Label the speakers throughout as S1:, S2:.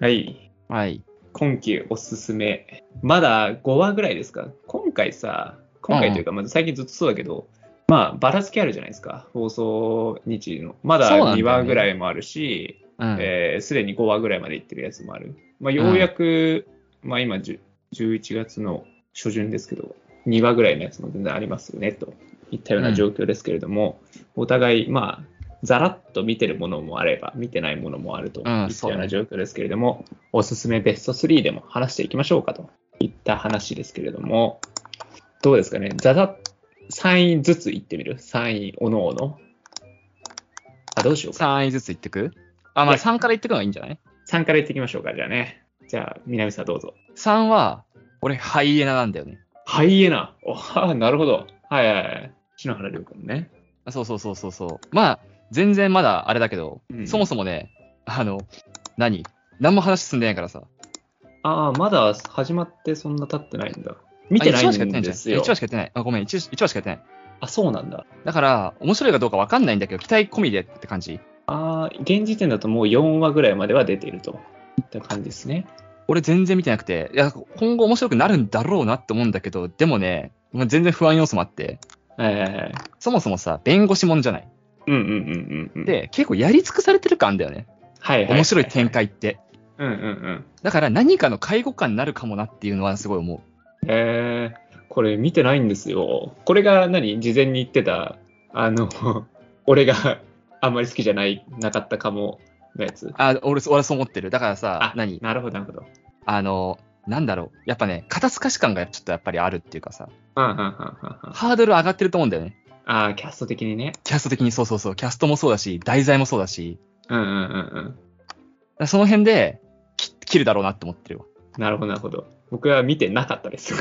S1: はい。
S2: はい。
S1: 今期おすすめ。まだ5話ぐらいですか今回さ、今回というか、まず最近ずっとそうだけど、まあ、ばらつきあるじゃないですか。放送日の。まだ
S2: そうなんだよね
S1: 2話ぐらいもあるし、
S2: うん。
S1: えーすでに5話ぐらいまでいってるやつもある。まあ、ようやく、まあ今10、11月の初旬ですけど、2話ぐらいのやつも全然ありますよね、といったような状況ですけれども、お互い、まあ、ざらっと見てるものもあれば、見てないものもあるといっ
S2: う
S1: た
S2: ん
S1: よ
S2: そう
S1: う
S2: ね
S1: な状況ですけれども、おすすめベスト3でも話していきましょうかといった話ですけれども、どうですかね、ざらっ3位ずついってみる ?3 位、おのおの。あ、どうしようか。
S2: 3位ずつ言ってくあ、
S1: は
S2: まあ
S1: い
S2: 3から言ってくのがいいんじゃない
S1: 3からいっていきましょうか、じゃあね。じゃあ、南さんどうぞ。
S2: ?3 は、俺、ハイエナなんだよね。
S1: ハイエナ。おはなるほど。はいはいはい。篠原涼君ね。
S2: あそうそうそうそうそう。まあ、全然まだあれだけど、
S1: うん
S2: そもそもね、あの、何何も話進んでないからさ。
S1: ああ、まだ始まってそんな経ってないんだ。見てない
S2: あ一話しかやってない
S1: ん
S2: んじゃ
S1: で
S2: ん。
S1: すよ
S2: 1。話しかやってない。あ、ごめん、1, 話しかやってない。
S1: あ、そうなんだ。
S2: だから、面白いかどうかわかんないんだけど、期待込みでって感じ。
S1: ああ、現時点だともう4話ぐらいまでは出ているといった感じですね。
S2: 俺全然見てなくて、いや、今後面白くなるんだろうなって思うんだけど、でもね、まあ全然不安要素もあって、
S1: はいはいはい。
S2: そもそもさ、弁護士もんじゃない。
S1: うんうんうんうんうん。、
S2: で、結構やり尽くされてる感あんだよね。
S1: はいはい、
S2: 面白い展。開って。
S1: うんうんうん。
S2: だから何かの介護官になるかもなっていうのはすごい思う。
S1: えー、これ見てないんですよ。これが何事前に言ってた、あの、 俺があんまり好きじゃない、なかったかものやつ。
S2: あ、俺、俺はそう思ってる。だからさ、何
S1: なるほど、なるほど。
S2: あの、なんだろう。やっぱね、肩透かし感がちょっとやっぱりあるっていうかさ、
S1: うんうんうんうんうん
S2: ハードル上がってると思うんだよね。
S1: ああ、キャスト的にね。
S2: キャスト的にそうそうそう。キャストもそうだし、題材もそうだし、
S1: うんうんうんうん。
S2: だからその辺で、き切るだろうなって思って るわ。
S1: なるほど、なるほど。僕は見てなかった です。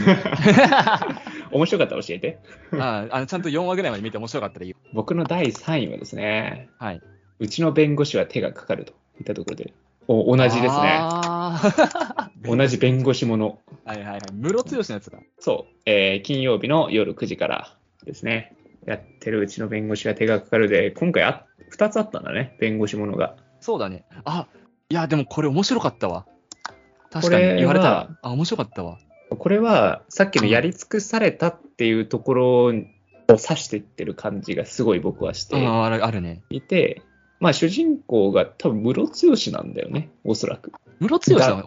S1: 面白かったら教えて。
S2: ああのちゃんと4話ぐらいまで見て面白かったらいいよ。
S1: 僕の第3位はですね、
S2: はい。
S1: うちの弁護士は手がかかるといったところで、お同じですね。
S2: あー
S1: 同じ弁護士もの。
S2: はいはいはい。ムロツヨシのやつだ。
S1: そう、えー金曜日の夜9時からですね、やってるうちの弁護士は手がかかるで、今回あ2つあったんだね、弁護士ものが。
S2: そうだね。あ、いや、でもこれ面白かったわ。確
S1: こ
S2: かに
S1: れは
S2: 言われたら、あ、面白かったわ。
S1: これはさっきのやり尽くされたっていうところを指していってる感じがすごい僕はして
S2: うん、あるあるね。
S1: いて、まあ主人公が多分ムロツヨシなんだよね、おそらく。
S2: ムロツヨシだもんね。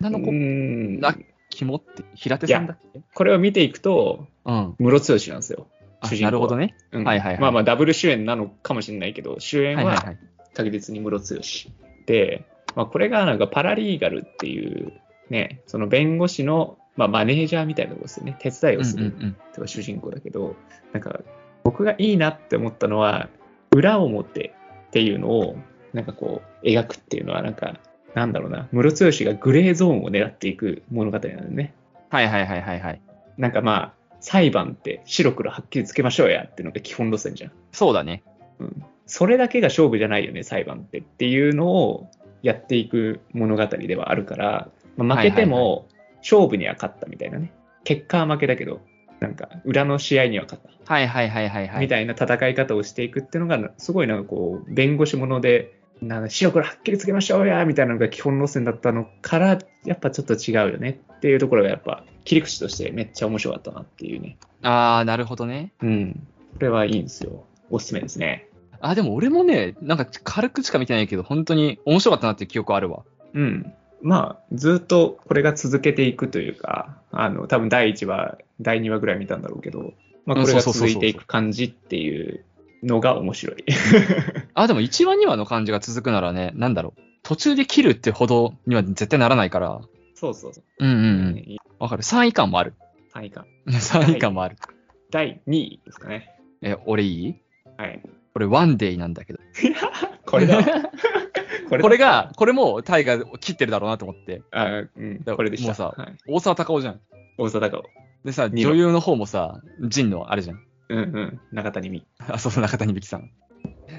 S2: 女の
S1: う
S2: 子、
S1: ん
S2: な肝って、平手さんだっけ
S1: これを見ていくと、
S2: うん。
S1: ムロツヨシなんですよ。
S2: あ
S1: 主人公
S2: なるほどね。
S1: うん
S2: はいはいはい
S1: まあまあダブル主演なのかもしれないけど、主
S2: は
S1: 演
S2: いはい
S1: は
S2: はい。
S1: 確実にムロツヨシ。で、まあ、これがなんかパラリーガルっていう、ね、その弁護士の、まあ、マネージャーみたいなとこですよね、手伝いをす
S2: うんう
S1: る
S2: ん
S1: とか主人公だけど、なんか僕がいいなって思ったのは、裏表っていうのをなんかこう描くっていうのは、なんか、なんだろうな、ムロツヨシがグレーゾーンを狙っていく物語なんでね。
S2: うん。はいはいはいはいはい。
S1: なんかまあ、裁判って白黒はっきりつけましょうやっていうのが基本路線じゃん。
S2: そうだね。
S1: うんそれだけが勝負じゃないよね裁判ってっていうのをやっていく物語ではあるから、まあ負けて
S2: はいは
S1: も勝負には勝ったみたいなね、結果は負けだけどなんか裏の試合には勝っ
S2: はいはいはいはい
S1: た
S2: は
S1: み
S2: い。
S1: たいな戦い方をしていくっていうのがすごいなんかこう弁護士ものでなんか白黒はっきりつけましょうやみたいなのが基本路線だったのからやっぱちょっと違うよねっていうところがやっぱ切り口としてめっちゃ面白かったなっていうね
S2: あー、なるほどね。
S1: うんこれはいいんですよおすすめですね
S2: あ、でも俺もね、なんか軽くしか見てないけど、本当に面白かったなっていう記憶あるわ。
S1: うん、まあずっとこれが続けていくというかあの多分第1話第2話ぐらい見たんだろうけど、まあ、
S2: うん
S1: これが
S2: そうそうそうそう
S1: 続いていく感じっていうのが面白い
S2: あ、でも1話2話の感じが続くならね、なんだろう。途中で切るってほどには絶対ならないから。
S1: そうそうそう、
S2: うんうんうん。
S1: ね
S2: わかる。3位感もある。
S1: 三位か
S2: 3位感もある。
S1: 第2位ですかね
S2: え、俺いい
S1: はい
S2: 俺ワンデイなんだけど。
S1: こ れだこれだ
S2: これが、これもタイが切ってるだろうなと思って。
S1: あ、うん、
S2: だ
S1: これでした
S2: もうさ
S1: はい、
S2: 大沢たかおじゃん。
S1: 大沢たか
S2: でさ、
S1: 二の
S2: 女優の方もさ、ジンのあれじゃん。
S1: おうんうん中谷美
S2: あ、そうそう、中谷美紀さん。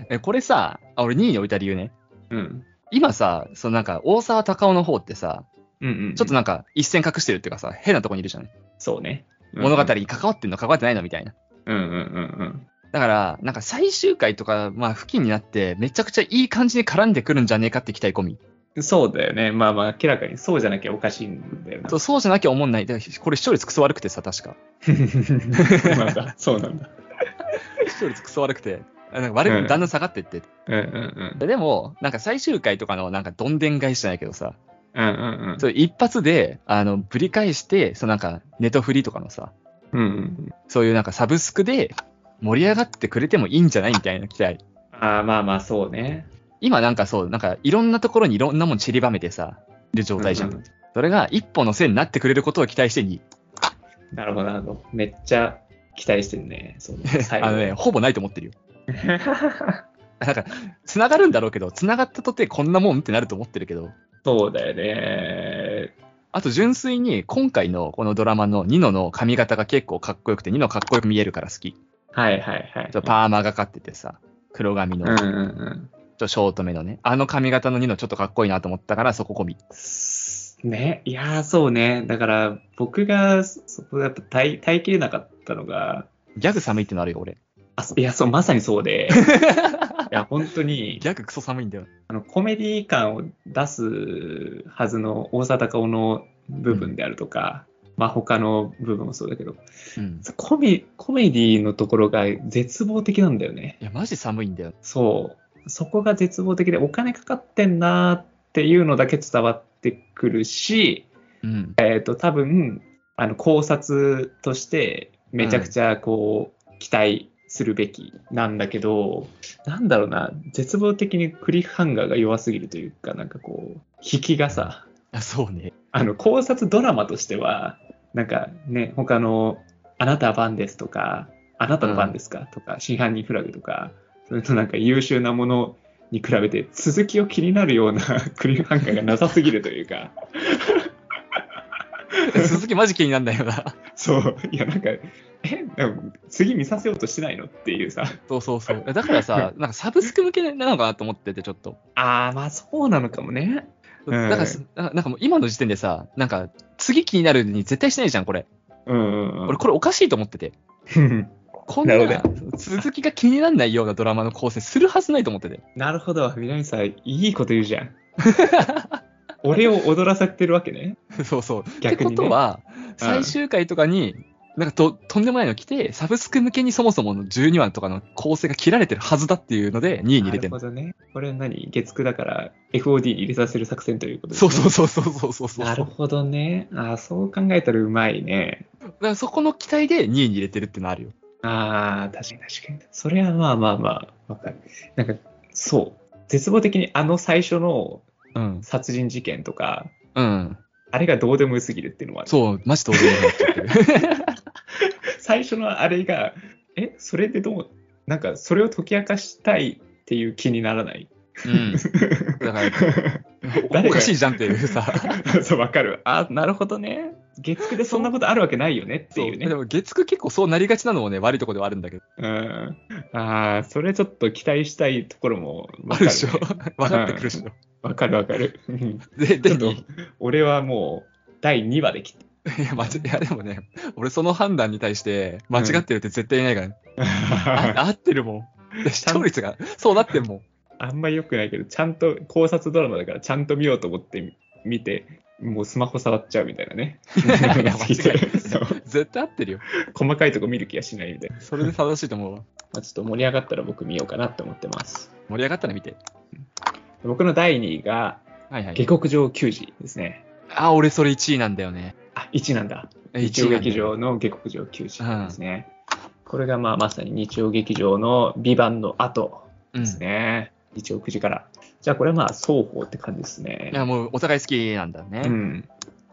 S2: え、これさ、あ俺2位に置いた理由ね。
S1: うん
S2: 今さ、そのなんか、大沢たかおの方ってさ、
S1: うんうん、
S2: ちょっとなんか、一線隠してるっていうかさ、変なとこにいるじゃん。
S1: そうね、うん
S2: 物語に関わってんの関わってないのみたいな。
S1: うんうんうん
S2: だから、なんか最終回とか、まあ、付近になって、めちゃくちゃいい感じに絡んでくるんじゃねえかって期待込み。
S1: そうだよね。まあまあ、明らかにそうじゃなきゃおかしいんだよな
S2: そう。そうじゃなきゃ思んない。でこれ視聴率クソ悪くてさ、確か。
S1: そうなんだ。そうなんだ。
S2: 視聴率クソ悪くて。あなんか悪
S1: う
S2: く
S1: ん
S2: だんだん下がってって。
S1: うんうんうん。
S2: ででも、なんか最終回とかのなんかどんでん返しじゃないけどさ、
S1: うんうんうん。
S2: そう一発で、あの、ぶり返して、そうなんかネトフリとかのさ、
S1: うんうん
S2: そういうなんかサブスクで盛り上がってくれてもいいんじゃないみたいな期待。
S1: ああ、まあまあ、そうね。
S2: 今なんかそう、なんかいろんなところにいろんなもん散りばめてさ、いる状態じゃん。
S1: うんうん
S2: それが一歩の線になってくれることを期待してに、
S1: なるほど、なるほど。めっちゃ期待してるね。そうね。最後
S2: あのね、ほぼないと思って るよ。なんか、繋がるんだろうけど、繋がったとてこんなもんってなると思ってるけど、
S1: そうだよね。
S2: あと純粋に今回のこのドラマのニノの髪型が結構かっこよくて、ニノかっこよく見えるから好き。ち
S1: はいはいはい。
S2: ょっとパーマがかっててさ、黒髪の、
S1: うん
S2: ちょ
S1: うんうん。
S2: っとショートめのね、あの髪型のニノちょっとかっこいいなと思ったから、そこ込み。
S1: ね、いやーそうね。だから、僕がそそこやっぱ耐え耐えきれなかったのが、
S2: ギャグ寒いってのあるよ、俺。
S1: あそいや、そう、まさにそうで、いや、本当に、
S2: ギャグクソ寒いんだよ。
S1: あのコメディ感を出すはずの大沢たかおの部分であるとか、まあ他の部分もそうだけど、
S2: うん。
S1: コメコメディのところが絶望的なんだよね。
S2: いや、マジ寒いんだよ。
S1: そう。そこが絶望的で、お金かかってんなーっていうのだけ伝わってくるし、
S2: うん。
S1: えっ、と、多分、あの、考察として、めちゃくちゃ、こう、期待するべきなんだけど、なんだろうな、絶望的にクリフハンガーが弱すぎるというか、なんかこう、引きがさ、
S2: あそうね。
S1: あの、考察ドラマとしては、なんかね、他の、あなたは番ですとか、あなたの番ですか、とか、真犯人フラグとか、それとなんか優秀なものに比べて、続きを気になるような クリフハンガーがなさすぎるというか、
S2: 鈴木マジ気になんだよな。
S1: そう、いや、なんか、え、なんか次見させようとしてないのっていうさ。
S2: そうそうそう。だからさ、なんかサブスク向けなのかなと思ってて、ちょっと。
S1: ああ、まあそうなのかもね。うん
S2: だからす、ななんかもう今の時点でさ、なんか、次気になるに絶対しないじゃん、これ。
S1: うんうんう
S2: 俺、
S1: ん。
S2: これおかしいと思ってて。 こん
S1: な
S2: な
S1: るほ
S2: 続きが気にならないようなドラマの構成するはずないと思って て。
S1: なるほど、南さん、いいこと言うじ ゃん。俺を踊らせてるわけね。
S2: そうそう。って
S1: 逆
S2: こ
S1: に、ね。
S2: とは、最終回とかに、なんかと、とんでもないの来て、サブスク向けにそもそもの12話とかの構成が切られてるはずだっていうので、2位に入れて
S1: なるほ
S2: る
S1: どね。これは何月9だから FOD に入れさせる作戦ということです
S2: そ
S1: ね
S2: うそうそうそうそうそうそう。
S1: なる
S2: だか
S1: ほどね。ああ、そう考えたらうまいね。
S2: らそこの期待で2位に入れてるってのあるよ。
S1: ああ、確かに確かに。それはまあまあまあ、わかる。なんか、そう。絶望的にあの最初の
S2: うん。
S1: 殺人事件とか、
S2: うん。
S1: あれがどうでもよすぎるっていうのは、
S2: そう、マジ当然になっちゃって る。
S1: 最初のあれが、え、それでどう、なんかそれを解き明かしたいっていう気にならない。
S2: うん。だから、
S1: 誰
S2: お
S1: が
S2: かしいじゃんっていう さ。
S1: そう、わかる。あ、なるほどね。月9でそんなことあるわけないよねって
S2: そう
S1: いうね
S2: で。も月9結構そうなりがちなのもね、悪いとこではあるんだけど。
S1: うん。ああ、それちょっと期待したいところもわ
S2: あ
S1: か
S2: る
S1: る、
S2: でしょ 分かってくるでしょ。
S1: わかるわかる。うん
S2: で、
S1: ち
S2: で
S1: ょっと、俺はもう、第2話で来て。
S2: いや、間違いや、でもね、俺その判断に対して、間違ってるって絶対いないからね。
S1: あ
S2: あ合ってるも ん。で視聴率が、そうなってんもん。
S1: あんま良くないけど、ちゃんと考察ドラマだから、ちゃんと見ようと思って見て、もうスマホ触っちゃうみたいなね。
S2: いや 間違いない
S1: そう
S2: 絶対合ってるよ。
S1: 細かいとこ見る気がしないみたいな。
S2: それで正しいと思 うわ。
S1: まあ、ちょっと盛り上がったら僕見ようかなって思ってます。
S2: 盛り上がったら見て。
S1: 僕の第2位が、
S2: はいは
S1: 下
S2: い。
S1: 克上球児ですね。
S2: あ、俺それ1位なんだよね。
S1: あ、1なんだ。
S2: え
S1: 日曜劇。場
S2: 位
S1: の下克上球児ですね。これがまあまさに日曜劇場の美版の後
S2: なん
S1: で
S2: だよ
S1: すね。日曜9時から。じゃあこれはまあ双方って感じです
S2: うん。いや、
S1: ね。
S2: もうお互い好きなんだね。
S1: うん。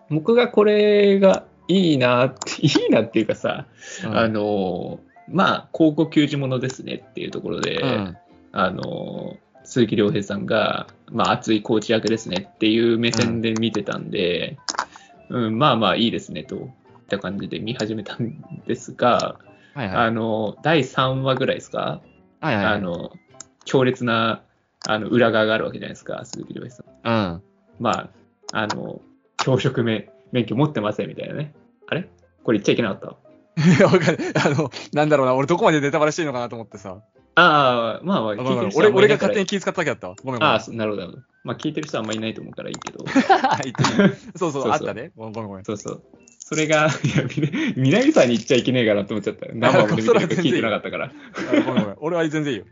S1: 僕がこれがいいなって、 いいなっていうかさ、
S2: うん
S1: あの、まあ高校球児ものですねっていうところで、
S2: うん
S1: あの、鈴木亮平さんが、まあ熱いコーチ役ですねっていう目線で見てたんで、うん、まあまあいいですねと。いった感じで見始めたんですが、
S2: はいはい。
S1: あの、第3話ぐらいですか、
S2: はいはい。
S1: あ、の、強烈な、あの、裏側があるわけじゃないですか、鈴木亮平さん。
S2: うん。
S1: まあ、あの、教職免免許持ってませんみたいなね。あれこれ言っちゃいけなかった
S2: いやわかんないあの、なんだろうな、俺どこまでネタバレしていいのかなと思ってさ。
S1: ああ、まあまあ、
S2: あ
S1: 聞
S2: ごめん
S1: いて
S2: ごめ
S1: る
S2: ん
S1: 人は
S2: 俺
S1: あんまり
S2: 俺
S1: いな
S2: が
S1: いから
S2: 勝手に気遣っただけだったわ。ごめんごめん。
S1: ああ、そうなるほど、なるほど。まあ聞いてる人はあんまりいないと思うからいいけど、
S2: 言ってるそう
S1: そう
S2: そ、
S1: そうう
S2: あったね。ごめんごめんごめん。
S1: そうそう。それが、いや、み南さんに言っちゃいけねえかなと思っちゃった。生も見てるか聞いてなかったから。
S2: あごめんごめん。俺は全然いいよ。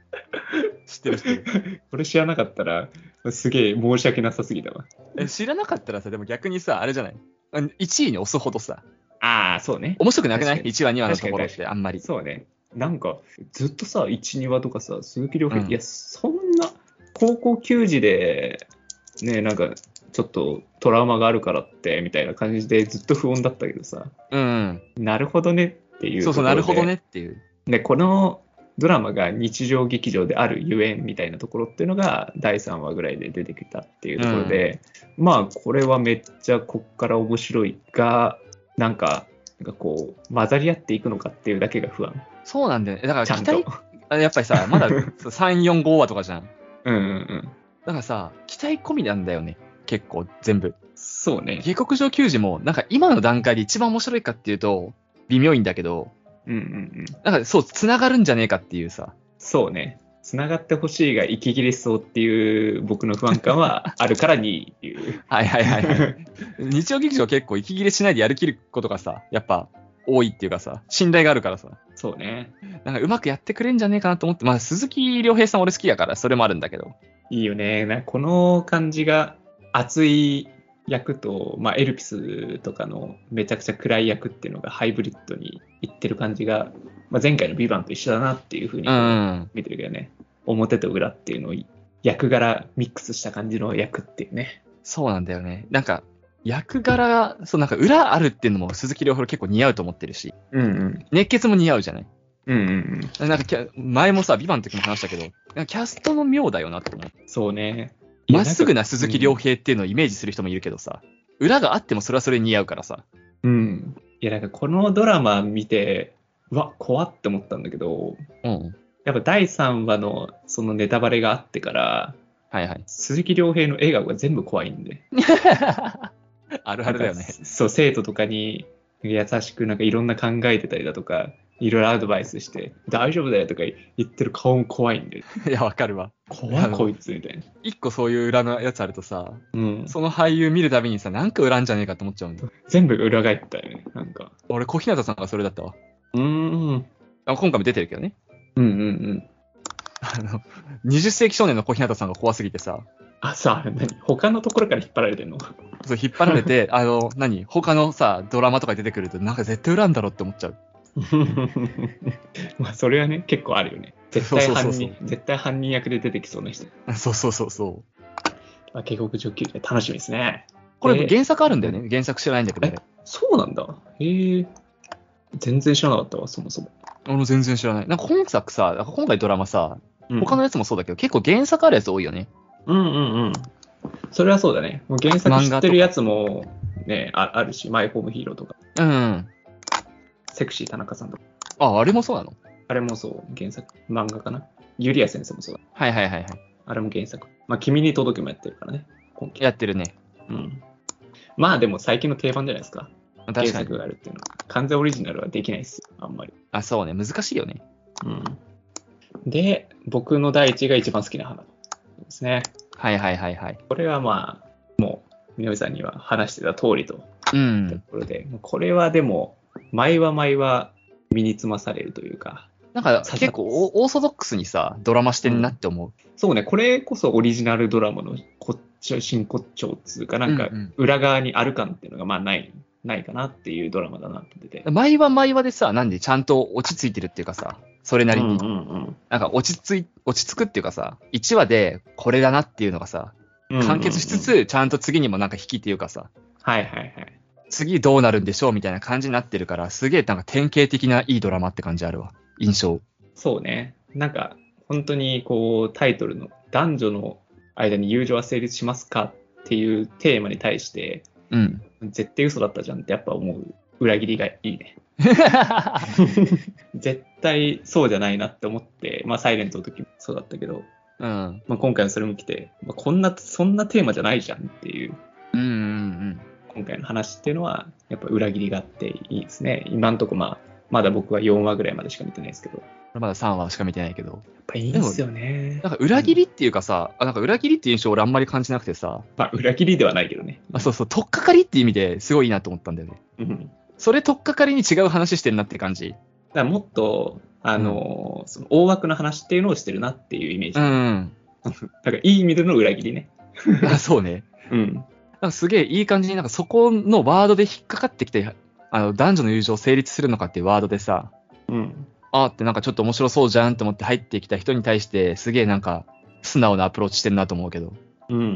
S2: 知ってる知ってる。
S1: これ知らなかったら、すげえ申し訳なさすぎたわ。
S2: え知らなかったらさ、でも逆にさ、あれじゃないあ ?1 位に押すほどさ、
S1: ああ、そうね。
S2: 面白くなくな
S1: 確か
S2: い
S1: に
S2: ?1 話2話のところってあんまり。
S1: そうね。なんか、ずっとさ、1、2話とかさ、鈴木亮平、
S2: うん
S1: いや、そんな、高校球児で、ね、なんか、ちょっとトラウマがあるからって、みたいな感じでずっと不穏だったけどさ、
S2: うん、
S1: なるほどねっていうう。
S2: ん。そうそう、なるほど。ねっていう。
S1: で、このドラマが日常劇場であるゆえんみたいなところっていうのが、第3話ぐらいで出てきたっていうところで、まあ、これはめっちゃこっから面白いが、なんか、なんかこう、混ざり合っていくのかっていうだけが不安。
S2: そうなんだよね。だから
S1: ちゃん
S2: 期
S1: と
S2: 待。、あやっぱりさ、まだ3、4、5話とかじゃん。だ
S1: うんうんうん。
S2: からさ、期待込みなんだよね。結構全部。
S1: そうね。
S2: 下克上球児も、なんか今の段階で一番面白いかっていうと、微妙いんだけど、
S1: うんうんうん。
S2: なんかそう、繋がるんじゃねえかっていうさ。
S1: そうね。つながってほしいが息切れしそうっていう僕の不安感はあるからにっていう。
S2: はいはいはいはい。日曜劇場結構息切れしないでやりきることがさ、やっぱ多いっていうかさ、信頼があるからさ、
S1: そうね。
S2: なんかうまくやってくれんじゃねえかなと思って、まあ鈴木亮平さん俺好きやから、それもあるんだけど。
S1: いいよね。なこの感じが熱い役と、まあ、エルピスとかのめちゃくちゃ暗い役っていうのがハイブリッドにいってる感じが、まあ、前回の「ビバンと一緒だなっていうふうに
S2: うん。
S1: 見てるけどね。表と裏っていうのを役柄ミックスした感じの役っていうね。
S2: そうなんだよね。なんか、役柄が、そうなんか裏あるっていうのも鈴木亮平結構似合うと思ってるし、
S1: うんうん。
S2: 熱血も似合うじゃない
S1: うんうんうん。
S2: なんかキャ、前もさ、ビバンの時も話したけど、なんかキャストの妙だよなって思う。
S1: そうね。
S2: まっすぐ
S1: な。
S2: な鈴木亮平っていうのをイメージする人もいるけどさ、裏があってもそれはそれに似合うからさ。
S1: うん。いや、なんかこのドラマ見て、うわ、怖って思ったんだけど、
S2: うん。
S1: やっぱ第3話のそのネタバレがあってから、
S2: はいはい。
S1: 鈴木亮平の笑顔が全部怖いんで。
S2: あるあるだよ
S1: なん
S2: ね
S1: か。そう、生徒とかに優しくなんかいろんな考えてたりだとか、いろいろアドバイスして、大丈夫だよとか言ってる顔も怖いんで、
S2: いや、わかるわ。
S1: 怖
S2: あ
S1: い
S2: の
S1: こいつみたいな。
S2: 一個そういう裏のやつあるとさ、
S1: うん。
S2: その俳優見るたびにさ、なんか裏んじゃねえかと思っちゃうんだ。
S1: 全部が裏返ったよね、なんか。
S2: 俺、小日向さんがそれだったわ。
S1: うーん。
S2: あ今回も出てるけどね。
S1: うんうんうん。
S2: あの、20世紀少年の小日向さんが怖すぎてさ、
S1: あ、さあ、何他のところから引っ張られてんの
S2: そう引っ張ら れて、あの、何他のさ、ドラマとかに出てくると、なんか絶対裏んだろって思っちゃう。
S1: まあそれはね結構あるよね絶対
S2: そうそ
S1: 犯
S2: うそうそう
S1: 人絶対犯人役で出てきそうな人、
S2: そうそうそうそう。
S1: まあ、警告上級で楽しみですね
S2: こ
S1: え
S2: れ
S1: ー
S2: 原作あるんだよね。原作知らないんだけどね。
S1: そうなんだへえ全然知らなかったわそもそも、
S2: 俺も全然知らない。なんか今作さ、なんか今回ドラマさ、
S1: うん
S2: 他のやつもそうだけど、結構原作あるやつ多いよね。
S1: うんうんうんそれはそうだねもう原作
S2: 漫画と
S1: 知
S2: か
S1: ってるやつもねああるしマイホームヒーローとか
S2: うん。あ、
S1: セクシー田中さんとか
S2: あれもそうなの
S1: あれもそう原作漫画かなユリア先生もそうだ
S2: はいはいはいはい。
S1: あれも原作まあ君に届けもやってるからね今期
S2: やってるね。
S1: うんまあでも最近の定番じゃないですか原
S2: 確かに。
S1: 作があるっていうのは完全オリジナルはできないですあんまり、
S2: あ、そうね。難しいよね。
S1: うん、で僕の第一が一番好きな花ですね
S2: はいはいはいはい。
S1: これはまあもうみのりさんには話してた通りと
S2: う
S1: と
S2: ん。
S1: ころで、これはでも毎は毎は身につまされるというか
S2: なんか結構オオーソドックスにさ、ドラマしてんなって思う。
S1: そうねこれこそオリジナルドラマのこっち真骨頂っつうかなんか
S2: うんうん
S1: 裏側にある感っていうのがまあないないかなっていうドラマだなって思ってて。
S2: 毎話毎話でさ、なんでちゃんと落ち着いてるっていうかさ、それなりに。
S1: うんうん
S2: なんか落ち着い、落ち着くっていうかさ、1話でこれだなっていうのがさ、
S1: うん
S2: 完結しつ
S1: うんうんうん
S2: つ、ちゃんと次にもなんか引きっていうかさ、
S1: はいはいはい。
S2: 次どうなるんでしょうみたいな感じになってるから、すげえなんか典型的ないいドラマって感じあるわ。印象。
S1: そうね。なんか、本当にこう、タイトルの男女の間に友情は成立しますかっていうテーマに対して、
S2: うん。
S1: 絶対嘘だったじゃんってやっぱ思う裏切りがいい ね。絶対そうじゃないなって思って、まあ、サイレントの時もそうだったけど、
S2: うん。
S1: まあ、今回はそれも来て、まあ、こんな、そんなテーマじゃないじゃんっていう、
S2: うんうんうん。
S1: 今回の話っていうのは、やっぱ裏切りがあっていいですね。今んとこまあ、まだ僕は4話ぐらいまでしか見てないですけど、や
S2: まだ3話しか見てないけど。
S1: っぱいいんですよね。
S2: なんか裏切りっていうかさ、あなんか裏切りっていう印象俺あんまり感じなくてさ、
S1: まあ、裏切りではないけどね。
S2: あそうそう、取っかかりって意味ですごいいいなと思ったんだよね。
S1: うん。
S2: それ取っかかりに違う話してるなって感じ。
S1: だからもっと、あのーその大枠の話っていうのをしてるなっていうイメージ。
S2: う
S1: だ
S2: ん。
S1: からいい意味での裏切りね。
S2: あそうね。
S1: うん。
S2: なんかすげえいい感じになんかそこのワードで引っかかってきて、あの男女の友情成立するのかっていうワードでさ、
S1: うん。
S2: あーってなんかちょっと面白そうじゃんと思って入ってきた人に対してすげえなんか素直なアプローチしてるなと思うけど。
S1: うんうんう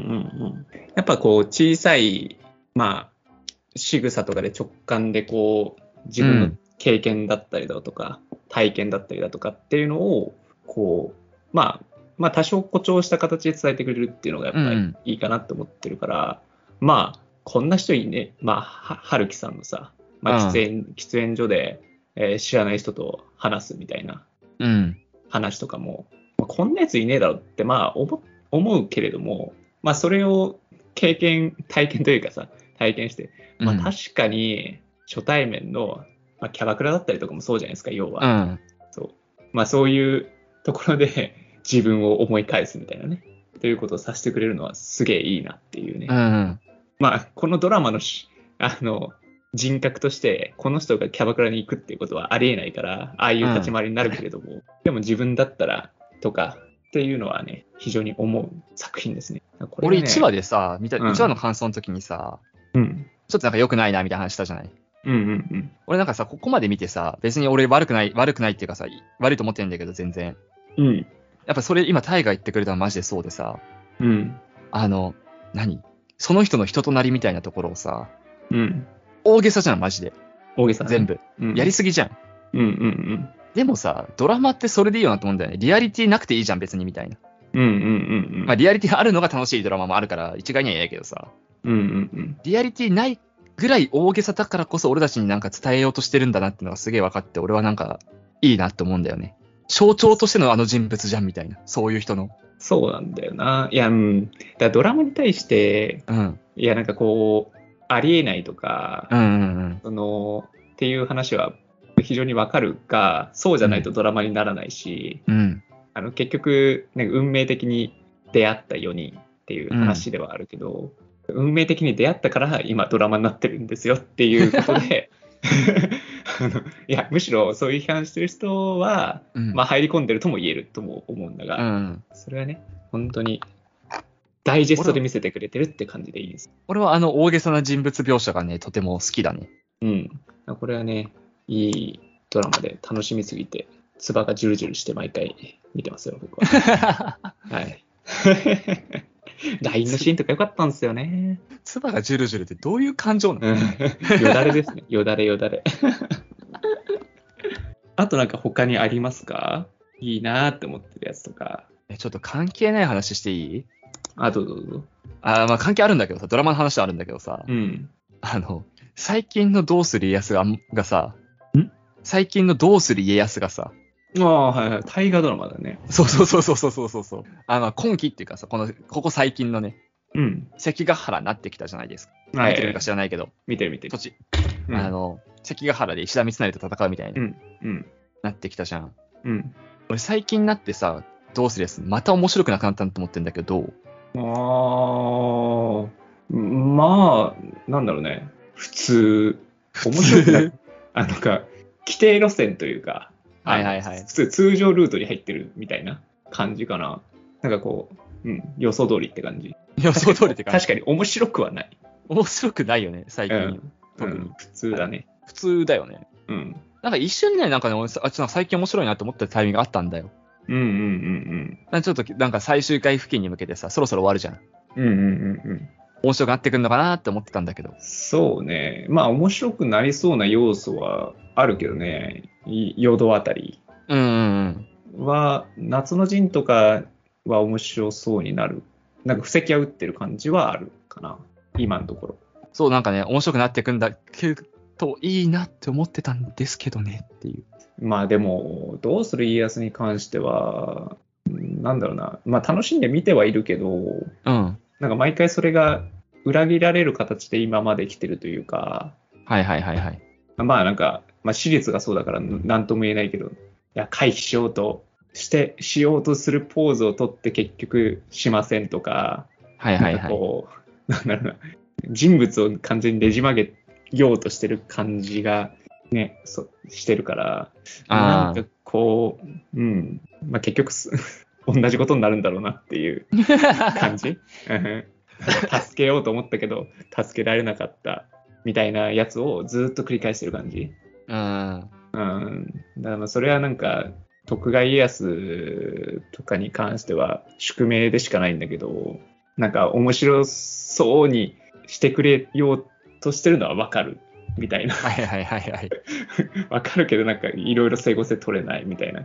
S1: ん。やっぱこう、小さい、まあ、仕草とかで直感でこう、自分
S2: う
S1: の
S2: ん
S1: 経験だったりだとか、体験だったりだとかっていうのを、こう、まあ、まあ多少誇張した形で伝えてくれるっていうのがやっぱ
S2: うんう
S1: り
S2: ん
S1: いいかなと思ってるから、まあ、こんな人いいね。まあ、ははるきさんのさ、まあ、
S2: うん
S1: 喫煙、喫煙所で、えー知らない人と話すみたいな
S2: うん。
S1: 話とかも、まあこんなやついねえだろって、まあ思、思うけれども、まあ、それを経験、体験というかさ、体験して、まあ、
S2: うん
S1: 確かに初対面の、まあ、キャバクラだったりとかもそうじゃないですか、要
S2: う
S1: は。
S2: ん。
S1: そうまあ、そういうところで自分を思い返すみたいなね。ということをさせてくれるのはすげえいいなっていうね。
S2: うん。
S1: まあ、このドラマのしあの人格として、この人がキャバクラに行くっていうことはありえないから、ああいう立ち回りになるけれども、でも自分だったらとかっていうのはね、非常に思う作品ですね。これ
S2: 俺
S1: がね
S2: 1話でさ、見た、
S1: うん
S2: 1話の感想の時にさ、
S1: うん。
S2: ちょっとなんか良くないなみたいな話したじゃない
S1: うんうん
S2: 俺なんかさ、ここまで見てさ、別に俺悪くない、悪くないっていうかさ、い悪いと思ってるんだけど全然。
S1: うん。うん。
S2: やっぱそれ今タイが言ってくれたのマジでそうでさ、
S1: うん。
S2: あの、何その人の人となりみたいなところをさ、
S1: うん。
S2: 大げさじゃん、マジで。
S1: 大げさ、ね、
S2: 全部。
S1: うん。
S2: やりすぎじゃん。
S1: うんうん
S2: でもさ、ドラマってそれでいいよなと思うんだよね。リアリティなくていいじゃん、別にみたいな。
S1: うん。うんうんうんうん。
S2: まあ、リアリティあるのが楽しいドラマもあるから、一概には言えないけどさ、
S1: うんうんうん。
S2: リアリティないぐらい大げさだからこそ俺たちになんか伝えようとしてるんだなっていうのがすげえ分かって、俺はなんかいいなと思うんだよね。象徴としてのあの人物じゃんみたいな。そういう人の。
S1: そうなんだよな。いや、うん。だからドラマに対して、
S2: うん。
S1: いや、なんかこう、ありえないとか、
S2: うんうんうん。
S1: そのっていう話は非常にわかるがそうじゃないとドラマにならないし、
S2: うん。
S1: あの結局なんか運命的に出会った4人っていう話ではあるけど、運命的に出会ったから今ドラマになってるんですよっていうこと で あのいやむしろそういう批判してる人は、
S2: うん。
S1: まあ、入り込んでるとも言えるとも思うんだ
S2: う
S1: が、
S2: ん。
S1: それはね本当にダイジェストで見せてくれてるって感じでいいです。
S2: 俺はあの大げさな人物描写がね、とても好き だね。
S1: うん。これはね、いいドラマで楽しみすぎて、唾がジュルジュルして毎回見てますよ、僕は。 はい。LINE のシーンとか良かったんですよね。
S2: つばがジュルジュルってどういう感情なの
S1: うんよだれですね。よだれよだれ。 あとなんか他にありますかいいなーって思ってるやつとか。
S2: えちょっと関係ない話していい
S1: あ、どうぞどうぞ。
S2: あーまあ関係あるんだけどさ、ドラマの話はあるんだけどさ、
S1: うん。
S2: あの、最近のどうする家康があんがさ
S1: ん、
S2: 最近のどうする家康がさ、
S1: ああ、はいはい。大河ドラマだね。
S2: そうそうそうそうそうそうそう、あの、今期っていうかさ、この、ここ最近のね、
S1: うん。
S2: 関ヶ原になってきたじゃないですか。
S1: は
S2: 見てる
S1: い
S2: か。知らないけど、
S1: 見てる見てる
S2: 土。地、
S1: うん
S2: あの、関ヶ原で石田三成と戦うみたいに
S1: うん。うん。
S2: なってきたじゃん。
S1: うん。
S2: 俺最近になってさ、どうするやつまた面白くなくなったと思ってんだけど、どう
S1: ああ、まあ、なんだろうね。普通、面白くな あのか、規定路線というか、
S2: はいはいはい
S1: あの普通、通常ルートに入ってるみたいな感じかな。なんかこう、うん、予想通りって感じ。
S2: 予想通りってか
S1: 確、かに面白くはない。
S2: 面白くないよね、最
S1: う
S2: 近。
S1: ん、
S2: 特
S1: う
S2: に
S1: ん普通だね。
S2: 普通だよね。
S1: うん。
S2: なんか一瞬ね、なんかね、俺さあちょっと最近面白いなと思ったタイミングがあったんだよ。
S1: うんうんうん
S2: なんかちょっと、なんか最終回付近に向けてさ、そろそろ終わるじゃん。
S1: うん。うんうんうんうん。
S2: 面白くなってくんのかなって思ってたんだけど。
S1: そうね。まあ面白くなりそうな要素はあるけどね。い淀あたり。
S2: うんうん
S1: は、夏の陣とかは面白そうになる。なんか布石は打ってる感じはあるかな。今のところ。
S2: うん。そう、なんかね、面白くなってくんだけど、いいなって思ってたんですけどねっていう。
S1: まあでも、どうする家康に関しては、うんなんだろうな。まあ楽しんで見てはいるけど、
S2: うん。
S1: なんか毎回それが裏切られる形で今まで来てるというか、
S2: はいはいはいはい。
S1: まあなんか、まあ私立がそうだからなんとも言えないけど、いや、回避しようとして、しようとするポーズをとって結局しませんとか、
S2: はいはい
S1: なんか
S2: はい。
S1: こう、なんだろうな、人物を完全にねじ曲げようとしてる感じが、ね、そしてるから、な
S2: あ
S1: んかこう、うん、まあ、結局す、 同じことになるんだろうなっていう
S2: あ。
S1: 感じうん助けようと思ったけど、助けられなかったみたいなやつをずっと繰り返してる感じ。
S2: うん。
S1: うん、だからまあそれはなんか徳川家康とかに関しては宿命でしかないんだけどなんか面白そうにしてくれようとしてるのはわかるみたいな
S2: はいはいはいはい。
S1: わかるけどなんかいろいろ整合性取れないみたいな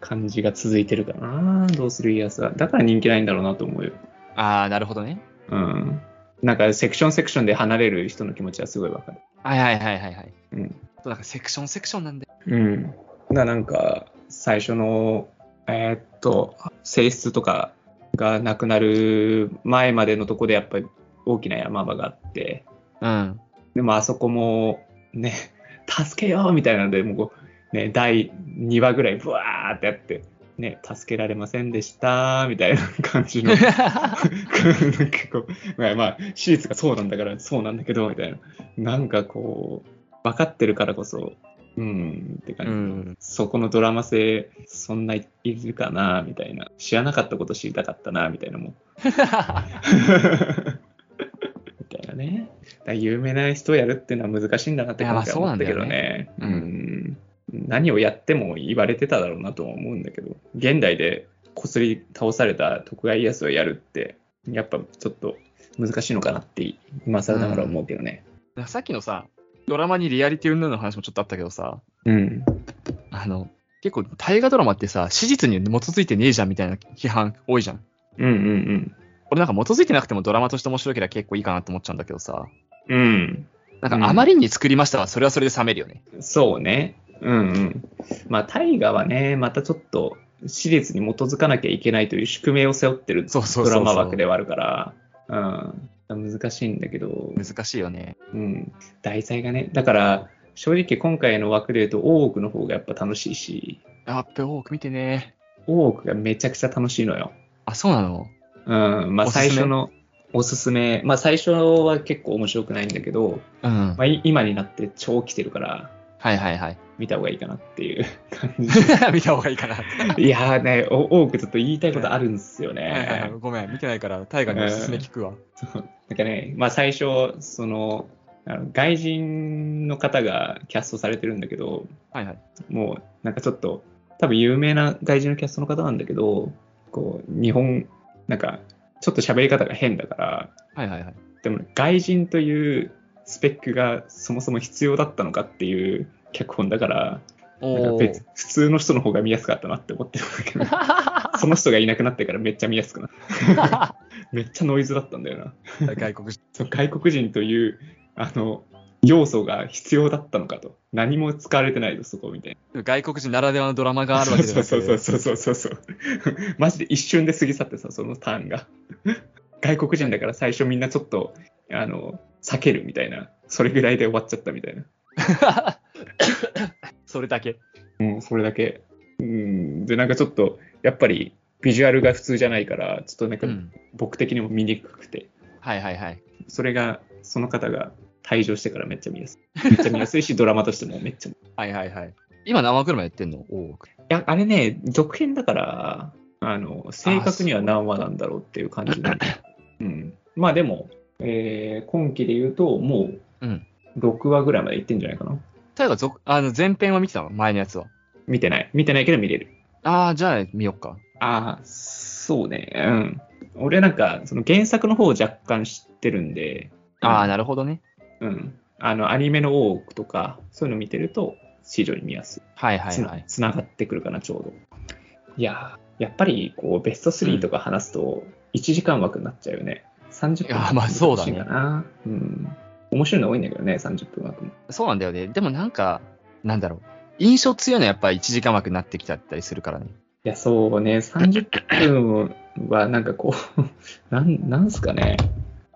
S1: 感じが続いてるかなどうする家康はだから人気ないんだろうなと思うよ、
S2: ああ、なるほどね。
S1: うん、なんかセクションセクションで離れる人の気持ちはすごいわかる
S2: はいはいはいはいはい。
S1: うん
S2: そうなんかセクションセクションなんで。
S1: うん。ななんか、最初の、えーっと、性質とかがなくなる前までのとこでやっぱり大きな山場があって、
S2: うん。
S1: でもあそこも、ね、 助けようみたいなので、もう、ね、第2話ぐらいブワーってやって、ね、助けられませんでした、みたいな感じの。 なんかこう、まあ、まあ、史実がそうなんだから、そうなんだけど、みたいな。なんかこう、分かってるからこそ、うん、って感
S2: う
S1: じ。
S2: ん。
S1: そこのドラマ性、そんないるかな、みたいな。知らなかったこと知りたかったな、みたいな もん。みたいなね。だから有名な人をやるっていうのは難しいんだなって
S2: いやま
S1: 感
S2: あ
S1: じは思ったけどね。
S2: そうなんだよ
S1: うん何をやっても言われてただろうなとは思うんだけど、現代でこすり倒された徳川家康をやるって、やっぱちょっと難しいのかなって、今更ながら思うけどね。
S2: なんかさっきのさ、ドラマにリアリティ云々の話もちょっとあったけどさ、
S1: うん。
S2: あの、結構大河ドラマってさ、史実に基づいてねえじゃんみたいな批判多いじゃん。
S1: うんうん
S2: 俺なんか基づいてなくてもドラマとして面白ければ結構いいかなと思っちゃうんだけどさ、
S1: うん。うん。
S2: なんかあまりに作りましたはそれはそれで冷めるよね。
S1: そうね。うんうん。まあ、大河はね、またちょっと、史実に基づかなきゃいけないという宿命を背負ってる
S2: そうそ
S1: ド
S2: うそうそ
S1: ラ
S2: う。
S1: マ枠ではあるから、うん。難しいんだけど、
S2: 難しいよね。
S1: うん。題材がね、だから、正直今回の枠で言うと、大奥の方がやっぱ楽しいし、
S2: やっべ、多く見てね。
S1: 大奥がめちゃくちゃ楽しいのよ。
S2: あ、そうなの
S1: うん。まあ、
S2: おすすめ
S1: 最初のおすすめ、まあ、最初は結構面白くないんだけど、
S2: うん。
S1: まあ、い今になって超来てるから、
S2: はいはいはい。
S1: 見た方がいいかなっていう感じ。
S2: 見た方がいいかな。
S1: いやーね、お多くちょっと言いたいことあるんですよ
S2: はいはいは
S1: ね
S2: い。 ごめん、見てないから、大河におすすめ聞くわ。
S1: なんかね、まあ最初、その、あの外人の方がキャストされてるんだけど、
S2: はいはい。
S1: もうなんかちょっと、多分有名な外人のキャストの方なんだけど、こう、日本、なんか、ちょっと喋り方が変だから、
S2: はいはいはい。
S1: でも外人というスペックがそもそも必要だったのかっていう脚本だから、なんか
S2: おー
S1: 別普通の人の方が見やすかったなって思ってるんだけど、 その人がいなくなってからめっちゃ見やすくなっためっちゃノイズだったんだよな。
S2: 外国人。
S1: その外国人というあの要素が必要だったのかと。何も使われてないと、そこみたい
S2: 外国人ならではのドラマが
S1: な。
S2: あるわけで
S1: そうそうそう
S2: そ
S1: そうそうそうそう。マジで一瞬で過ぎ去ってさ、そのターンが。外国人だから最初みんなちょっと、あの、避けるみたいな。それぐらいで終わっちゃったみたいな。
S2: それだけ。
S1: うん、それだけ。うん。で、なんかちょっと、やっぱり、ビジュアルが普通じゃないから、ちょっとなん
S2: う
S1: か
S2: ん。
S1: 僕的にも見にくくて、
S2: はいはいはい。
S1: それが、その方が退場してからめっちゃ見やすい。めっちゃ見やすい し、ドラマとしてもめっちゃ。い
S2: はいはいはい。今何話くらいまでやってんの大奥。
S1: や、あれね、続編だから、あの、正確には何話なんだろうっていう感じなんで。うん。まあでも、えー今期で言うと、も
S2: う、
S1: うん6話ぐらいまでいってんじゃないかな。
S2: 大河続、あの、前編は見てたの前のやつは。
S1: 見てない。見てないけど見れる。
S2: ああ、じゃあ見よっか。
S1: ああ、そうね。うん。俺なんか、その原作の方を若干知ってるんで、
S2: ああ、なるほどね。
S1: うん。あの、アニメの多くとか、そういうの見てると、非常に見やすい。
S2: はいはい
S1: つ
S2: は。
S1: ないつながってくるかな、ちょうど。いやー、やっぱりこうベスト3とか話すと、1時間枠になっちゃうよね。30
S2: い
S1: 分
S2: やまあそうだね
S1: 欲しいかな。うん。面白いの多いんだけどね、30分枠も。
S2: そうなんだよね。でもなんか、なんだろう。印象強いのはやっぱ1時間枠になってきちゃったりするからね。
S1: いや、そうね、30分はなんかこう、 なんなんすかね、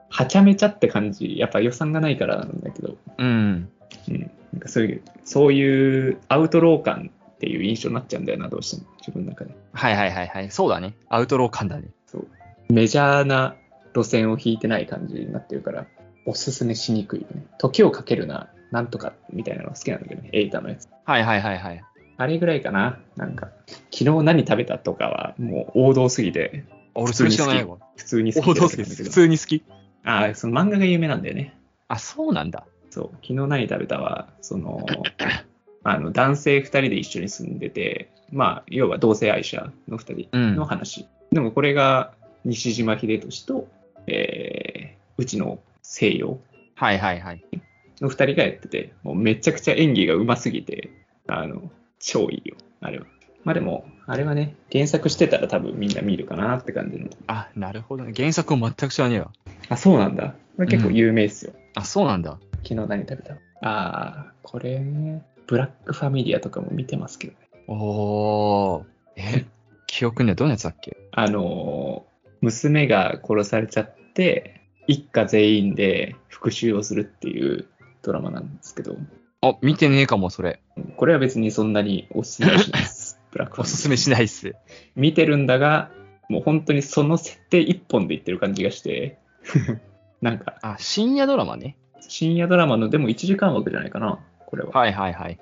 S1: はちゃめちゃって感じ、やっぱ予算がないからなんだけど、
S2: うん。
S1: うん、なんかそういう、そういうアウトロー感っていう印象になっちゃうんだよな、どうしても。自分の中で。
S2: はいはいはいはい。そうだね。アウトロー感だね。
S1: そう。メジャーな路線を引いてない感じになってるから、おすすめしにくいよね。時をかけるな、なんとかみたいなのが好きなんだけどね、エイタのやつ。
S2: はいはいはいはい。
S1: あれぐらいかな。なんか、昨日何食べたとかは、もう王道すぎて、
S2: 俺それしかないわ。
S1: 普通に好き
S2: 王道好
S1: っ
S2: き
S1: て
S2: で
S1: やつ
S2: す。
S1: なんだけ
S2: 普
S1: ど
S2: 通に好き。
S1: ああ、その漫画が有名なんだよね。
S2: あ、そうなんだ。
S1: そう、昨日何食べたは、そ の、あの男性2人で一緒に住んでて、まあ、要は同性愛者の2
S2: う
S1: 人
S2: ん。
S1: の話。でもこれが西島秀俊と、えーうちの西洋
S2: はいはいはい。
S1: の2人がやってて、もうめちゃくちゃ演技がうますぎて、あの、超いいよ、あれは。まあでも、あれはね、原作してたら多分みんな見るかなって感じの。
S2: あ、なるほどね。原作を全く知らねえわ。
S1: あ、そうなんだ。これ結構有名っすよ。
S2: あ、そうなんだ。
S1: 昨日何食べたああ、これね、ブラックファミリアとかも見てますけどね。
S2: おー。え、記憶にはどんなやつだっけ
S1: あのー、娘が殺されちゃって、一家全員で復讐をするっていうドラマなんですけど、
S2: あ、見てねえかも、それ。
S1: これは別にそんなにおすすめはしない です。ブラックファ
S2: お
S1: ミリア
S2: すすめしないっす。
S1: 見てるんだが、もう本当にその設定一本でいってる感じが して、なんか、
S2: あ、深夜ドラマね。
S1: 深夜ドラマのでも1時間枠じゃないかな、これは。
S2: はいはいはい。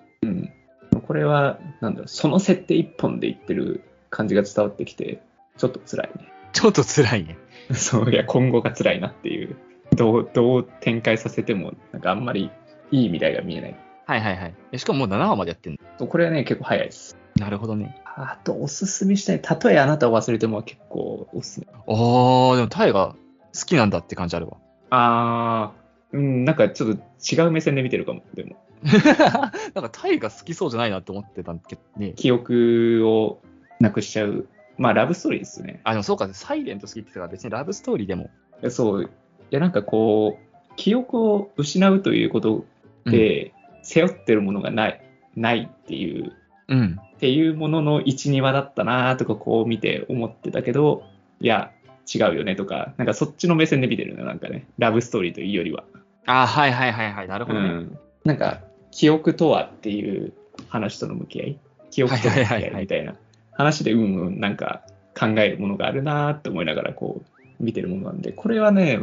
S1: これは、なんだろう、その設定一本でいってる感じが伝わってきて、ちょっと辛いね。
S2: ちょっと辛いね。
S1: そういや、今後が辛いなっていう、どう、どう展開させても、なんかあんまりいい未来が見えない。
S2: はいはいはい。えしかももう7話までやってんの。
S1: これはね、結構早いです。
S2: なるほどね。
S1: あと、おすすめしたい。たとえあなたを忘れても結構おすすめ。
S2: おー、でもタイが好きなんだって感じあるわ。
S1: あー、うん、なんかちょっと違う目線で見てるかも、でも。
S2: なんかタイが好きそうじゃないなって思ってたんだけどね。
S1: 記憶をなくしちゃう、まあ、ラブストーリーですね。
S2: あ、でもそうか、サイレント好きって言ってたから別にラブストーリーでも。
S1: そう、いやなんかこう、記憶を失うということで、背負ってるものがない、ないっていう、
S2: うん。
S1: っていうものの1、2話だったなとか、こう見て思ってたけど、いや、違うよねとか、なんかそっちの目線で見てるの、なんかね、ラブストーリーというよりは。
S2: あ、はいはいはいはい。なるほ
S1: う
S2: どね。
S1: ん、なんか、記憶とはっていう話との向き合い、記憶との向き合
S2: はいはいはい
S1: い
S2: はい
S1: みたいな話で、うんうん、なんか考えるものがあるなーって思いながら、こう、見てるものなんで、これはね、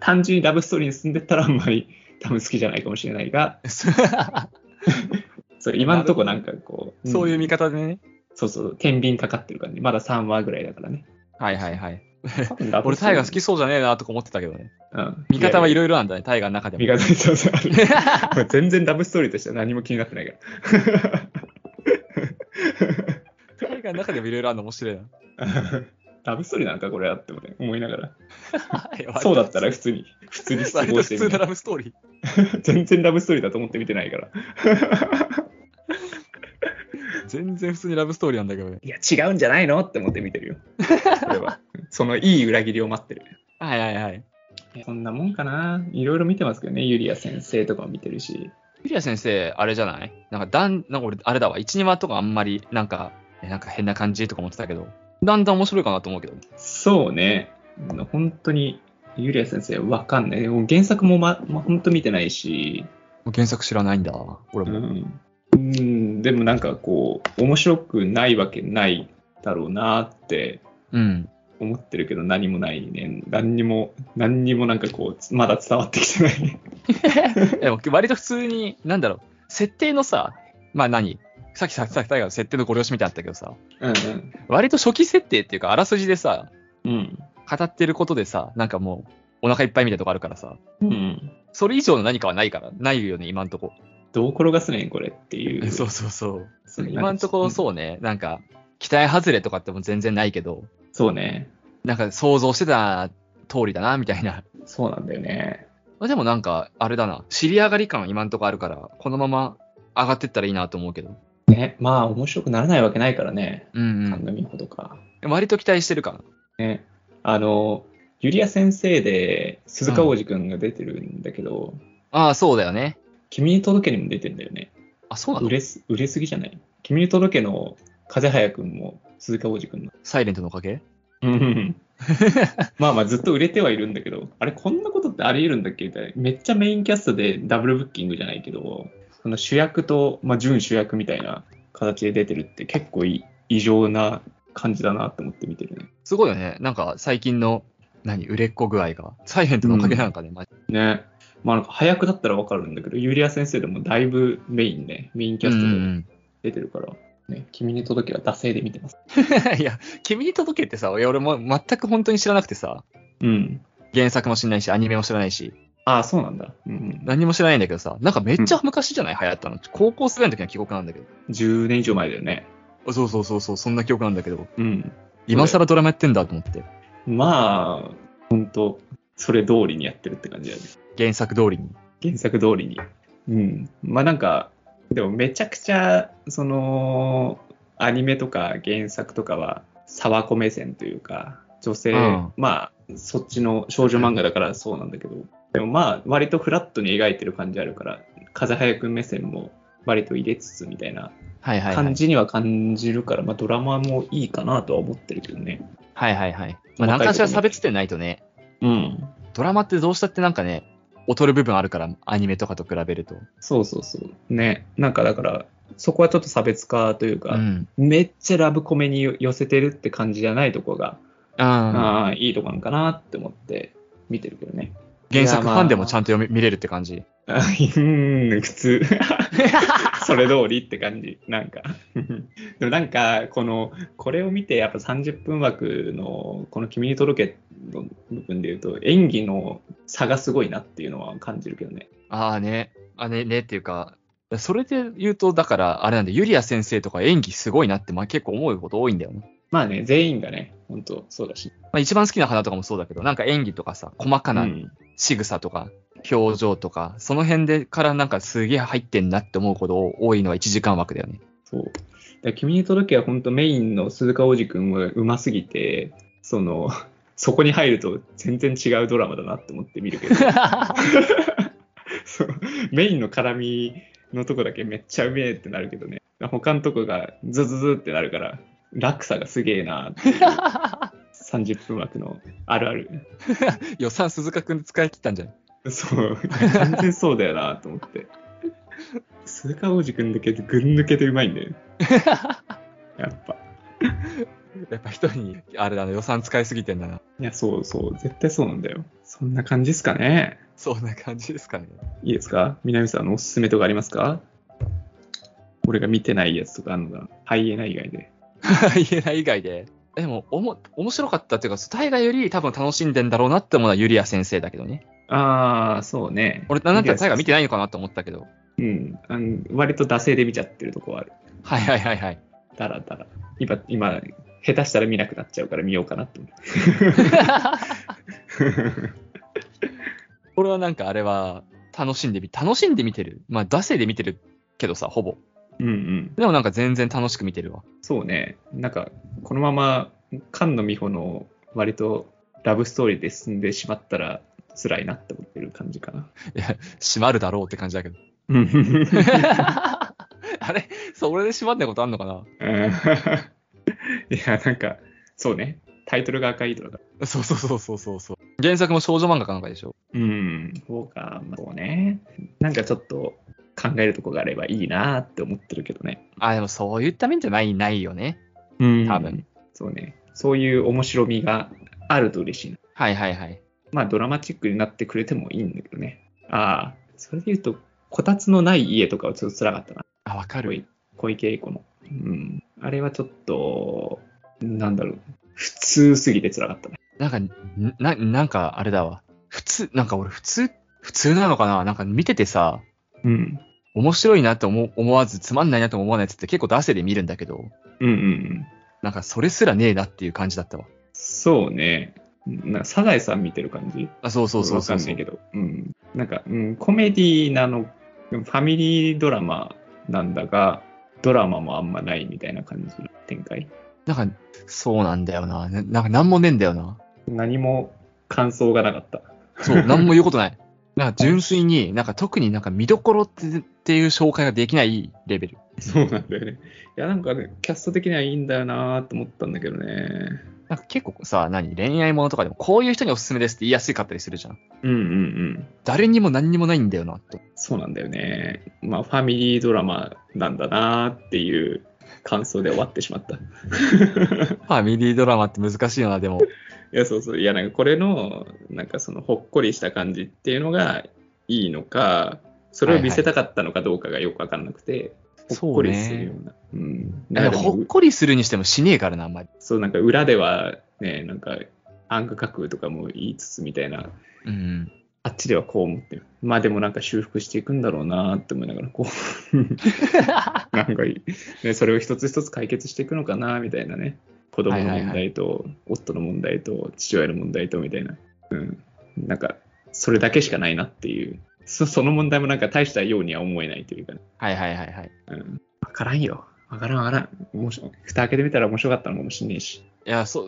S1: 単純にラブストーリーに進んでったらあんまり 多分好きじゃないかもしれないが、 そう今のとこなんかこう、ん
S2: そういう見方でね。
S1: そうそう、天秤かかってる感じ、まだ3話ぐらいだからね。
S2: はいはいはい。
S1: 多分ラブ
S2: 俺
S1: ストー
S2: タイ
S1: リ
S2: が好きそうじゃねえなとか思ってたけどね。
S1: うん、
S2: 見方はい
S1: ろ
S2: ろいろなんだね、タイガーの中で
S1: 見
S2: も。
S1: 方にそうそうあるこれ全然ラブストーリーとしては何も気になってないから。
S2: タイガーの中でもいろいろあるの面白いな。
S1: ラブストーリーなんかこれあってもね、思いながら。
S2: いや
S1: そうだったら普通に、普通に過
S2: 割と
S1: ご
S2: 普
S1: して
S2: 通
S1: み
S2: の
S1: た
S2: ラブストーリー。
S1: 全然ラブストーリーだと思って見てないから。
S2: 全然普通にラブストーリーなんだけどね。
S1: いや、違うんじゃないのって思って見てる よ。それは。そのいい裏切りを待ってる。
S2: はいはいはい。
S1: そんなもんかな。いろいろ見てますけどね、ユリア先生とかも見てるし。
S2: ユリア先生、あれじゃないなんかだん、なんか俺、あれだわ、1、2話とかあんまり、なんか、えなんか変な感じとか思ってたけど、だんだん面白いかなと思うけど。
S1: そうね。本当に、ユリア先生わかんない。もう原作もま、ま、本当見てないし、
S2: 原作知らないんだ、俺
S1: う
S2: も。
S1: ん、うん、でもなんかこう、面白くないわけないだろうなって
S2: うん。
S1: 思ってるけど、何もないね。何にも、何にもなんかこうつ、まだ伝わってきてない。
S2: でも割と普通に、なんだろう、設定のさ、まあ何さっきさっきさっき大河の設定のご了承みたいなのあったけどさ、
S1: うん
S2: 割と初期設定っていうか、あらすじでさ、
S1: うん。
S2: 語ってることでさ、なんかもう、お腹いっぱいみたいなとこあるからさ、
S1: うん。うん。
S2: それ以上の何かはないから、ないよね、今んとこ。
S1: どう転がすねん、これっていう。
S2: そうそうそう。
S1: そう
S2: 今んところそうね、なんか、期待外れとかっても全然ないけど、
S1: うんそうね。
S2: なんか想像してた通りだな、みたいな。
S1: そうなんだよね。
S2: まあでもなんか、あれだな、知り上がり感今んとこあるから、このまま上がってったらいいなと思うけど。
S1: ね。まあ、面白くならないわけないからね。
S2: うん
S1: 神みほどか。
S2: うん。割と期待してるかな。
S1: ね。あの、ユリア先生で鈴鹿央士くんが出てるんだけど、
S2: ああ、そうだよね。
S1: 君に届けにも出てんだよね。
S2: あ、そう な
S1: 売
S2: の
S1: れす売れすぎじゃない君に届けの風早くんも鈴鹿央士くんの。
S2: サイレントのおかげ
S1: うん。 まあまあずっと売れてはいるんだけど、あれこんなことってあり得るんだっけみたいな。めっちゃメインキャストでダブルブッキングじゃないけど、その主役と、まあ準主役みたいな形で出てるって結構い異常な感じだなと思って見てるね。
S2: すごいよね。なんか最近の、何、売れっ子具合が。サイレントのおかげなのかね、マジで
S1: ね。まあなんか早くだったらわかるんだけど、ユリア先生でもだいぶメインね、メインキャス
S2: うんう
S1: トで
S2: ん
S1: 出てるから、ね、君に届けは惰性で見てます。
S2: うん いや、君に届けってさ、いや俺も全く本当に知らなくてさ、
S1: うん。
S2: 原作も知らないし、アニメも知らないし、
S1: ああ、そうなんだ。うん
S2: 何も知らないんだけどさ、なんかめっちゃ昔じゃない、流行ったの。高校生ぐらいの時の記憶なんだけど。
S1: うん。10年以上前だよね。
S2: あそうそうそうそう、そんな記憶なんだけど、
S1: うん。
S2: 今更ドラマやってんだと思って、
S1: まあ、ほんと、それ通りにやってるって感じだね。
S2: 原作通りに。
S1: 原作通りに。うん。まあなんか、でもめちゃくちゃ、その、アニメとか原作とかは、沢子目線というか、女性、
S2: うん
S1: まあ、そっちの少女漫画だからそうなんだけど、でもまあ、割とフラットに描いてる感じあるから、風早くん目線も割と入れつつみたいな
S2: はいはいはい。
S1: 感じには感じるから、まあドラマもいいかなとは思ってるけどね。
S2: はいはいはい。
S1: 細かいとこね
S2: まあ、何かしら差別点ないとね、
S1: うん。
S2: ドラマってどうしたってなんかね、劣る部分あるから、アニメとかと比べると。
S1: そうそうそう。ね。なんかだから、そこはちょっと差別化というか、
S2: うん。
S1: めっちゃラブコメに寄せてるって感じじゃないとこが、あ
S2: あ
S1: あ、いいとこなんかなって思って見てるけどね。
S2: 原作ファンでもちゃ
S1: んと。
S2: んと読み見れるって感じ。
S1: あうーん、普通。 それ通りって感じ。なんか。 でもなんか、この、これを見て、やっぱ30分枠の、この君に届けの部分で言うと、演技の差がすごいなっていうのは感じるけどね。
S2: ああね。あね、ねっていうか、それで言うと、だから、あれなんで、ユリア先生とか演技すごいなって、まあ結構思うこと多いんだよね。
S1: まあね、全員がね、本当そうだし。
S2: まあ一番好きな花とかもそうだけど、なんか演技とかさ、細か
S1: う
S2: なん仕草とか、表情とか、その辺でからなんかすげえ入ってんなって思うこと多いのは1時間枠だよね。
S1: そう。だから君に届けは本当メインの鈴鹿央士くんはうますぎて、その、 そこに入ると全然違うドラマだなって思って見るけど、そうメインの絡みのとこだけめっちゃうめえってなるけどね。他のとこがズズズってなるから、落差がすげえなっていう30分枠のあるある。
S2: 予算鈴鹿くんで使い切ったんじゃない
S1: そう、完全そうだよなと思って。鈴鹿央士くんだけぐん抜けてうまいんだよね。やっぱ。
S2: やっぱ一人に、あれだね、予算使いすぎてんだな。
S1: いや、そうそう、絶対そうなんだよ。そんな感じですかね。
S2: そんな感じですかね。
S1: いいですか南さんのおすすめとかありますか俺が見てないやつとかあるのかなハイエナ以外で。
S2: 言えない以外で。でも、おも、面白かったっていうか、大河より多分楽しんでんだろうなって思うのはユリア先生だけどね。
S1: あー、そうね。
S2: 俺、なんだったら大河見てないのかなと思ったけど。
S1: うん。あの割と惰性で見ちゃってるとこはある。
S2: はいはいはいはい。
S1: だらだら。今、今、下手したら見なくなっちゃうから見ようかなって思う。
S2: 俺はなんかあれは、楽しんでみ、楽しんで見てる。まあ、惰性で見てるけどさ、ほぼ。
S1: うんうん。
S2: でもなんか全然楽しく見てるわ。
S1: そうね。なんか、このまま、菅野美穂の割とラブストーリーで進んでしまったら辛いなって思ってる感じかな。
S2: 閉まるだろうって感じだけど。
S1: うん
S2: あれそれで閉まんないことあんのかな
S1: うん いや、なんか、そうね。タイトルが赤い糸だから。
S2: そうそうそうそうそうそう。原作も少女漫画かなんかでしょ。
S1: うん、そうか、まあ、そうね。なんかちょっと考えるとこがあればいいなって思ってるけどね。
S2: あ、でもそういった面じゃない、ないよね。
S1: うん
S2: 多分。
S1: そうね。そういう面白みがあると嬉しいな。
S2: はいはいはい。
S1: まあ、ドラマチックになってくれてもいいんだけどね。ああ、それで言うと、こたつのない家とかはちょっと辛かったな。
S2: あ、わか
S1: は
S2: る。
S1: い小池栄子の。うん。あれはちょっと、なんだろう。普通すぎて辛かったね。
S2: なんか、んな、なんかあれだわ。普通、なんか俺普通、普通なのかななんか見ててさ、
S1: うん。
S2: 面白いなって思思わず、つまんないなとも思わないやつって結構出せで見るんだけど、
S1: うんうんうん。
S2: なんかそれすらねえなっていう感じだったわ。
S1: そうね。なサザエさん見てる感じ
S2: あ、そうそうそうそう
S1: わかんないけど。うん。なんか、うん、コメディなの、ファミリードラマなんだが、ドラマもあんまないみたいな感じの展開。
S2: なんか、そうなんだよな。ななんかなんもねえんだよな。
S1: 何も感想がなかった。
S2: そう、なんも言うこと ない。なんか純粋に、なんか特になんか見どころってっていう紹介ができないレベル。
S1: そうなんだよね。いや、なんかね、キャスト的にはいいんだよなーと思ったんだけどね。
S2: なんか結構さ、何恋愛ものとかでもこういう人におすすめですって言いやすかったりするじゃん。
S1: うんうんうん。
S2: 誰にも何にもないんだよな、と。
S1: そうなんだよね。まあ、ファミリードラマなんだなーっていう感想で終わってしまった。い
S2: ファミリードラマって難しいよな、でも。
S1: や、そうそう。いや、なんかこれの、なんかその、ほっこりした感じっていうのがいいのか、それを見せたかったのかどうかがよくわかんなくて、ほっこりするような。うん。
S2: で
S1: なん
S2: も
S1: かで
S2: ほ
S1: も
S2: っこりするにしてもしねえからな、あんまり。
S1: そう、なんか裏では、ね、なんか、暗歌書くとかも言いつつみたいな、
S2: うん。
S1: あっちではこう思ってる。まあでもなんか修復していくんだろうなって思いながら、こ う、なんかいい、ね、それを一つ一つ解決していくのかなみたいなね。子供の問題と、夫の問題と、父親の問題とみたいな。うん。なんか、それだけしかないなっていう。そその問題もなんか大したようには思えないというかね。
S2: はいはいはいはい。
S1: うん。わからんよ。わからんわからん。面白い蓋開けてみたら面白かったのかもしんねえし。
S2: いや、そう、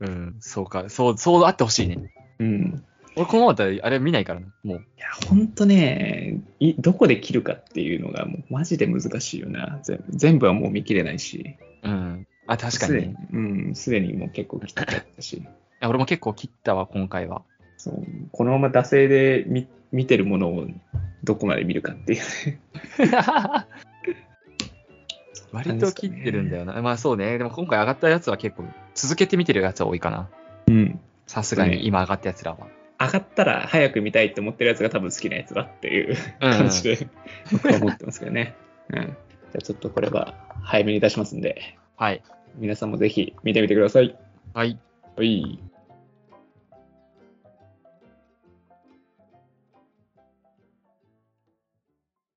S2: うん、そうか。そう、そうあってほしいね。
S1: うん。
S2: 俺、このままだったら、あれ見ないからな、もう。
S1: いや、ほんとねい、どこで切るかっていうのが、もうマジで難しいよな。全部全部はもう見切れないし。
S2: うん。あ、確かに
S1: す
S2: ね。い
S1: でにうん、すでにもう結構切っちゃったし。
S2: や俺も結構切ったわ、今回は。
S1: そうこのまま惰性で見見てるものをどこまで見るかっていう。
S2: 割と切ってるんだよな。まあそうね。でも今回上がったやつは結構、続けて見てるやつは多いかな。
S1: うん。
S2: さすが
S1: そうね
S2: に今上がったやつらは。
S1: 上がったら早く見たいって思ってるやつが多分好きなやつだっていう
S2: うん
S1: 感じで、僕は思ってますけどね。うん。じゃあちょっとこれは早めに出しますんで、
S2: はい。
S1: 皆さんもぜひ見てみてください。
S2: はい。
S1: はい。